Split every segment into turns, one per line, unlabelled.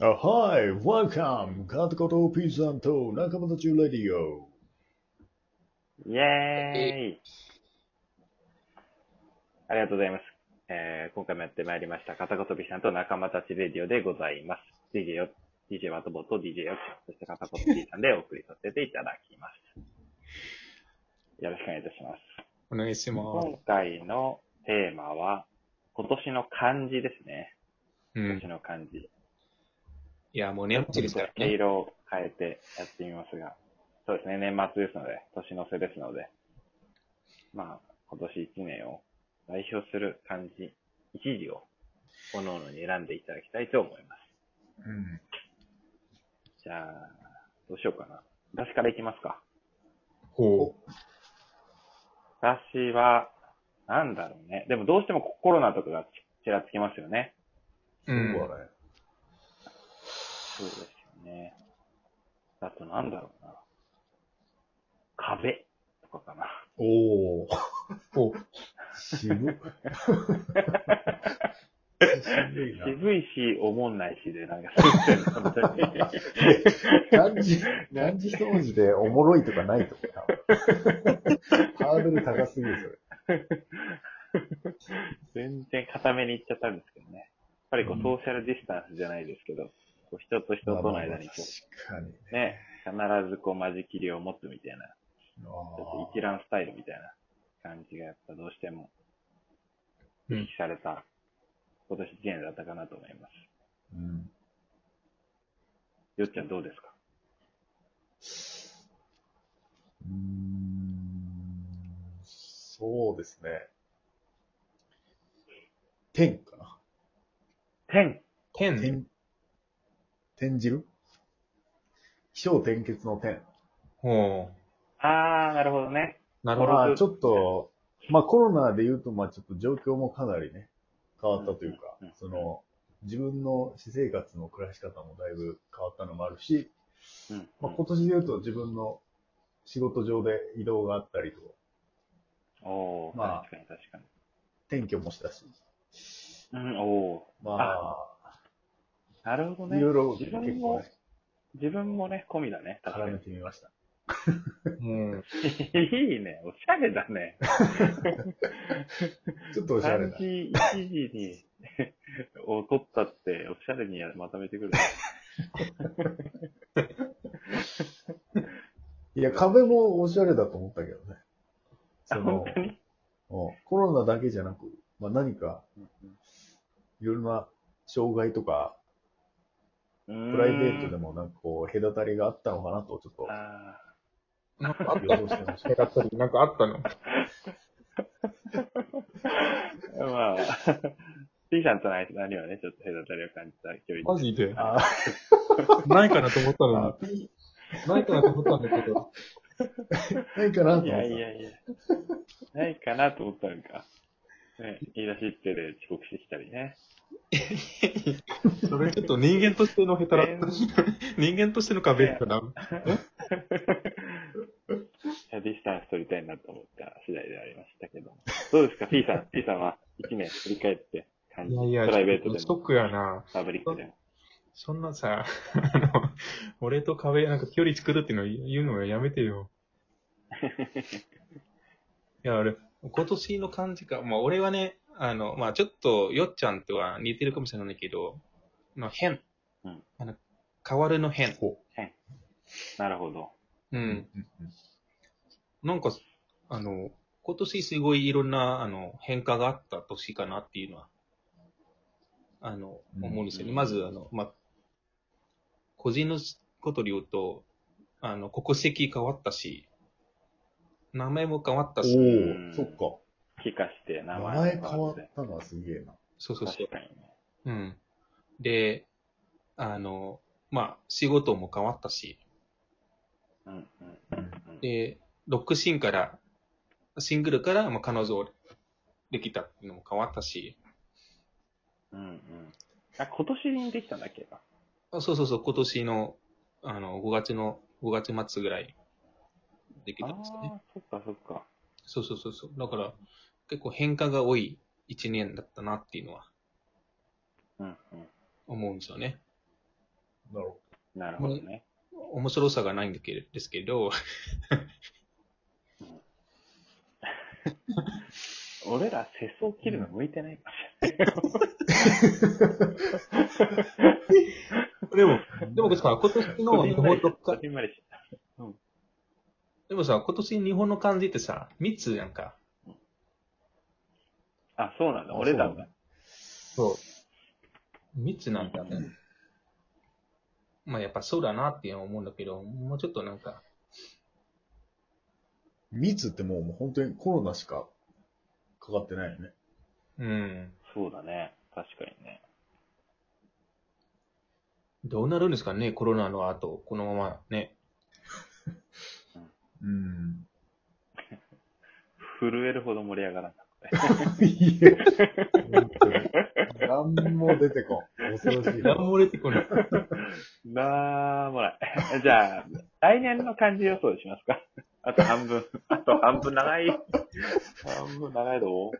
Ahoy! Welcome! カズコとピーさんと仲間たちレディオ。
イエーイありがとうございます。えー今回もやってまいりました、片言びさんと仲間たちレディオでございます。DJ よ、DJ ワトボと DJ よ、そして片言 B さんでお送りさせていただきます。よろしくお願いいたします。
お願いします。
今回のテーマは、今年の漢字ですね。
う
今
ん
年。の漢字。
いや、もう年末ですから
毛
ね。
色を変えてやってみますが、そうですね、年末ですので、年の瀬ですので、まあ、今年一年を代表する漢字、一字を、各々に選んでいただきたいと思います。
うん。
じゃあ、どうしようかな。私からいきますか。
ほ
私は、なんだろうね。でもどうしてもコロナとかがちらつきますよね。
う。うん。
そうだね。
そうですよね。あとなんだろうな。壁とかかな。
おー。
ほ
渋っ。渋い
渋いし、おもんないしで、なんか、そういうの本当に
な。何時、何時表示でおもろいとかないとか。ハードル高すぎる、
全然固めに行っちゃったんですけどね。やっぱりこ
う
う、
ん
ソーシャルディスタンスじゃないですけど、こう人と人
それ。
との間にこ
確かに。
う、ね、必ずこう、間仕切りを持つみたいな、ちょっと一覧スタイルみたいな感じが、やっぱどうしても、
う
意
ん
識された、今年1年だったかなと思います。
うん
よっちゃんどうですか
うーんそうですね。天かな
天
天。
天、天汁気象転結の天。
ほ
あー、なるほどね。
う。なるほど。
まあちょっと、まあコロナで言うと、まあちょっと状況もかなりね、変わったというか
うんうんうん、
その、自分の私生活の暮らし方もだいぶ変わったのもあるし、
うん。
まあ今年で言うと自分の仕事上で移動があったりとか、
おー、
まあ
確かに確かに。
転居もしたし、
うん、お
まあ、
ー。なるほどね。
いろいろ
自
結
分
構
も
ね、、
自分もね、込みだね。確か
絡め
に。
てみました。
うん。
いいね。おしゃれだね。
ちょっとおしゃれ
漢
な。
字一字に を取ったって、おしゃれにまとめてくる。
いや、壁もおしゃれだと思ったけどね。そ
あ本
の、
当に
うんコロナだけじゃなく、まあ、何か、いろんな障害とか、
プ
プライベートで
も。
もなんかこう、隔たりがあったのかなと、ちょっと
あ
なんかあっ
予想してました
た。だったり、なんかあったの。
ーまあ、T さんとの間にはね、ちょっと隔たりを感じた距離。
マジで。
あ
ないかなと思った
ー
の
あー、
に。ないかなと思ったんだけど。
ないかなと
い
思った。
やいやいや。ないかなと思ったのか。ね、言い出しっぺで遅刻してきたりね。
それちょっと人間としての下手ら、人間としての壁かな。
ディスタンス取りたいなと思った次第でありましたけど。どうですか、T さん。T さんは1年振り返って感じ。
いやいや、
プライベー
ちょ
ト
っと
で
スト
も、
ックやな。
パブリックでも。
そんなさ、あの、俺と壁、なんか距離作るっていうのを言うのはやめてよ。 いや、俺、今年の感じか。まあ、俺はね、あの、まあ、ちょっと、よっちゃんとは似てるかもしれないけど、まあ、変。
うん
あの、変わるの変。
なるほど。
う
うんん。うんうん
なんか、あの、今年すごいいろんな、あの、変化があった年かなっていうのは、あの、
うん
思うんですよね。
うん
まず、あの、まあ、個人のことで言うと、あの、国籍変わったし、名前も変わったし、
おお、そっか。
帰化して名
名
前
前変
が
わっ
って
たのはすげえな。
そうそうそう
確。かにね。
うん。で、あの、まあ、仕事も変わったし、
うんうんうんうん。
で、ロックシーンから、シングルから、まあ、彼女をできたっていうのも変わったし、
うんうん。あ、今年にできたんだっけか。
あそうそうそう、今年の、あの、5月の、5月末ぐらい、でき
あ
た
あ
んですよね。
ー、そっかそっか。
そうそうそうそう。だから、結構変化が多い1年だったなっていうのは
うんうん。
思うんですよね。
なるほどね。
面白さがないんだけれですけど、
俺ら、世相切るの向いてないか
でも、 でもさ、今年
も
の
しれない。
日本の
こ
か、
じんまりし
でもさ、今年日本の漢字ってさ、三つやんか。
あ、そうなんだ。俺らが。
そう。三つなんだね。まあやっぱそうだなって思うんだけど、もうちょっとなんか、
密ってもうもう本当にコロナしかかかってないよね。
うん。
そうだね。確かにね。
どうなるんですかね、コロナの後、このままね。
うん。
震えるほど盛り上がらなかった。
いや、本当に。何も出てこん。恐ろしい。
何も出てこない。
なんもない。 じゃあ、来年の漢字予想しますか。 あと半分。 あと半分長い。半分長いぞ。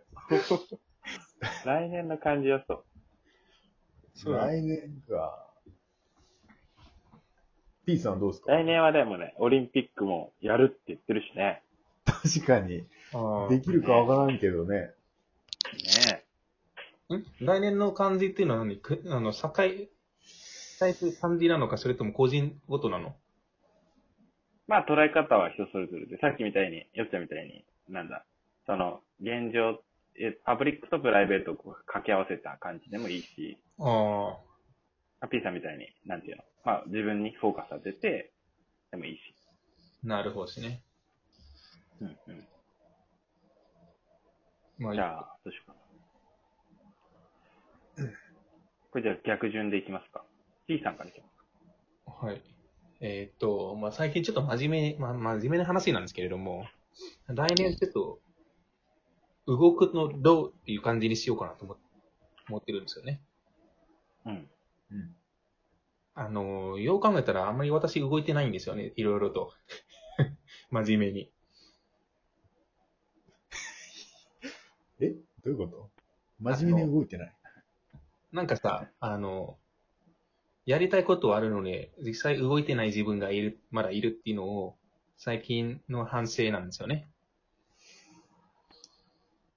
来年の漢字予
来
想。
来年か。P さんはどうですか
来年はでもね、オリンピックもやるって言ってるしね。
確かに。
あ
できるかわからんけどね。
ね
あん来年の漢字っていうのは何くあの、境、最初漢字なのか、それとも個人ごとなの
まあ捉え方は人それぞれで、さっきみたいに、よっちゃんみたいに、なんだ、その、現状、えパブリックとプライベートをこう掛け合わせた感じでもいいし、
ああ。
まあ P さんみたいに、なんていうの、まあ自分にフォーカス当てて、でもいいし。
なるほどですね。
うんうん。
まあ、
じゃあ、どうしようかな。これじゃあ逆順でいきますか。T さんからいきます。
はい。えーっと、まあ、最近ちょっと真面目、まあ、真面目な話なんですけれども、来年ちょっと、動くのどうっていう感じにしようかなと思思ってるんですよね。
うん。
あのー、よう考えたらあんまり私動いてないんですよね、いろいろと。 真面目に。
えどういうこと真面目に動いてない。
なんかさ、あの、やりたいことはあるので、実際動いてない自分がいる、まだいるっていうのを、最近の反省なんですよね。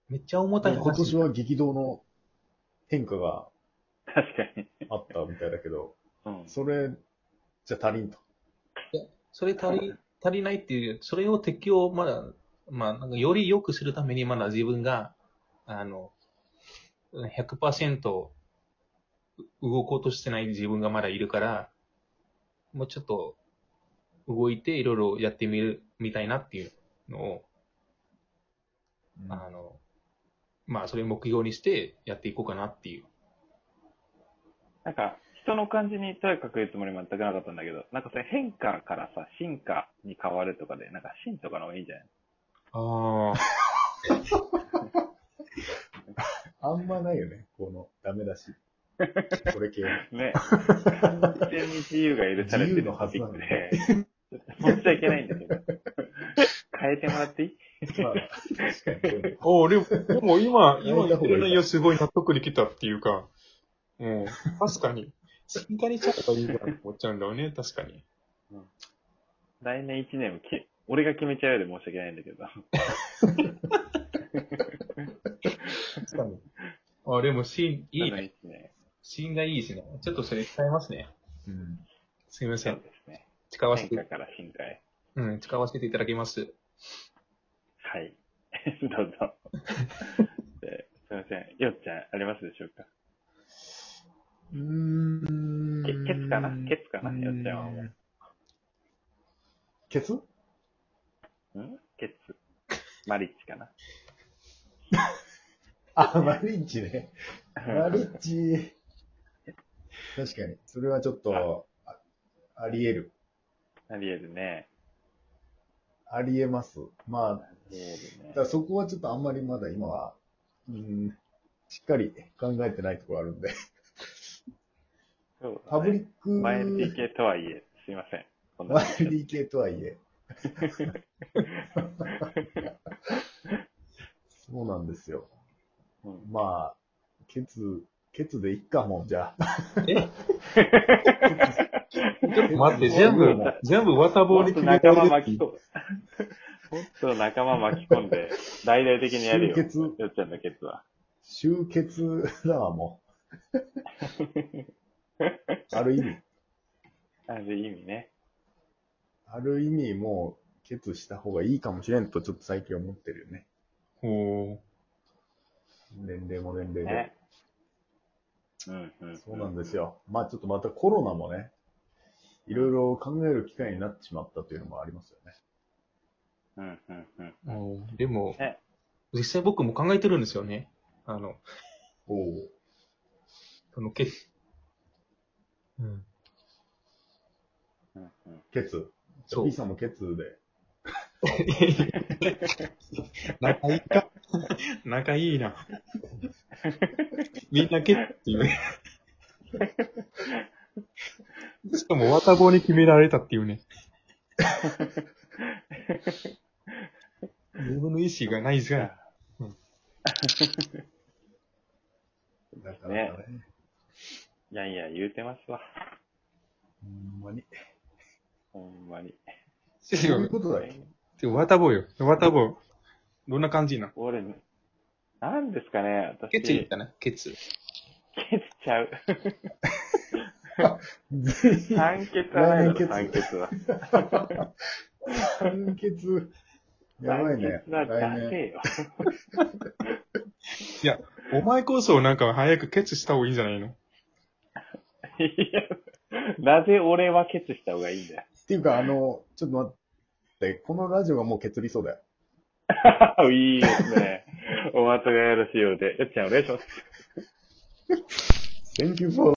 めっちゃ重たい話。
今年は激動の変化が
確かに。
あったみたいだけど、
うん。
それじゃ足りんと。
それ足り、足りないっていう、それを適用、まだ、まあ、なんかより良くするために、まだ自分が、あの、100%動こうとしてない自分がまだいるから、もうちょっと動いていろいろやってみる、みたいなっていうのを、あの、まあ、それを目標にしてやっていこうかなっていう。
なんか、人の感じにとやかく言うつもり全くなかったんだけど、なんかそれ変化からさ、進化に変わるとかで、なんか進とかの方がいいんじゃない
ああ。
あんまないよね。このダメだし。これ 系。
ね。完全に自由が許されてるトピックで。申し訳ないんだけど。変えてもらっていい
まあ、確かにこういう の。
おでも、でも今、
今言ってる内容
すごい納得できたっていうか、うん、確かに、進化にちゃったらいいかな思っちゃうんだよね、確かに。
来年1年もき、俺が決めちゃうより申し訳ないんだけど。
確かに。
あ、でも、シーン、い
来
いね。
年一年。
シーンがいいですね。ちょっとそれ使いますね。
うん。
すみませ
そうで
ん。
すね。
使わせ
変化
て、
から進化へ。
うん、使わせていただきます。
はい。 ど うぞ。えーすいません。よっちゃん、ありますでしょうか
うーん
ケケツかなケツかなやっちゃおう
うんケツ
んケツ。マリッチかな
あ、マリッチね。マリッチ。確かに。それはちょっと、ああり得る。
ありえるね。
あり得ます。まあ、
ありえるね
だか。らそこはちょっとあんまりまだ今は、うん、しっかり考えてないところあるんで。
そう
パブリック、
マイル DK とはいえ、すいません。こんな
マイル DK とはい え。そうなんですよ。
うん
まあ、ケツケツでいっか、もう、じゃあ。
待って、全部、全部綿棒
も
に
っ
決
と
めて
仲間
る。
巻き込む。もっと仲間巻き込んで、大々的にやるよ。
集結
よっちゃんのケツは。
集結だわ、もう。ある意味。
ある意味ね。
ある意味、もう、ケツした方がいいかもしれんと、ちょっと最近思ってるよね。
おー
年齢も年齢で。
ね。うんうん。
そうなんですよ。まあちょっとまたコロナもね、いろいろ考える機会になってしまったというのもありますよね。
うんうんうん。
おーでも
ね、
実際僕も考えてるんですよね。あの、
おお。
そのけ、うん、
うんうん
ケツ。じゃ
そ
あ
う
P。さんもケツで。
仲いいか仲いいな。みんなけっていうね。しかも、綿棒に決められたっていうね。自分の意思がないじゃん。
だから
ね
ね。
いやいや、言うてますわ。
ほんまに。
ほんまに。
そういうことだよ。
で綿棒よ。綿棒。どんな感じなの
俺、なんですかね、私。
ケツ言ったな、ケツ。
ケツち ゃう。
全員
酸欠はないだろ、
ラーメ
酸
ンケ
欠は。
完結。やばいね。
酸欠はダ
来年。
セえよ。
いや、お前こそなんか早くケツした方がいいんじゃないの
いやなぜ俺はケツした方がいいんだよ。
っていうか、あの、ちょっと待って、このラジオがもうケツ理想だよ。
いいですね。お後がよろしいようで。よっちゃん、お願いします。
Thank you for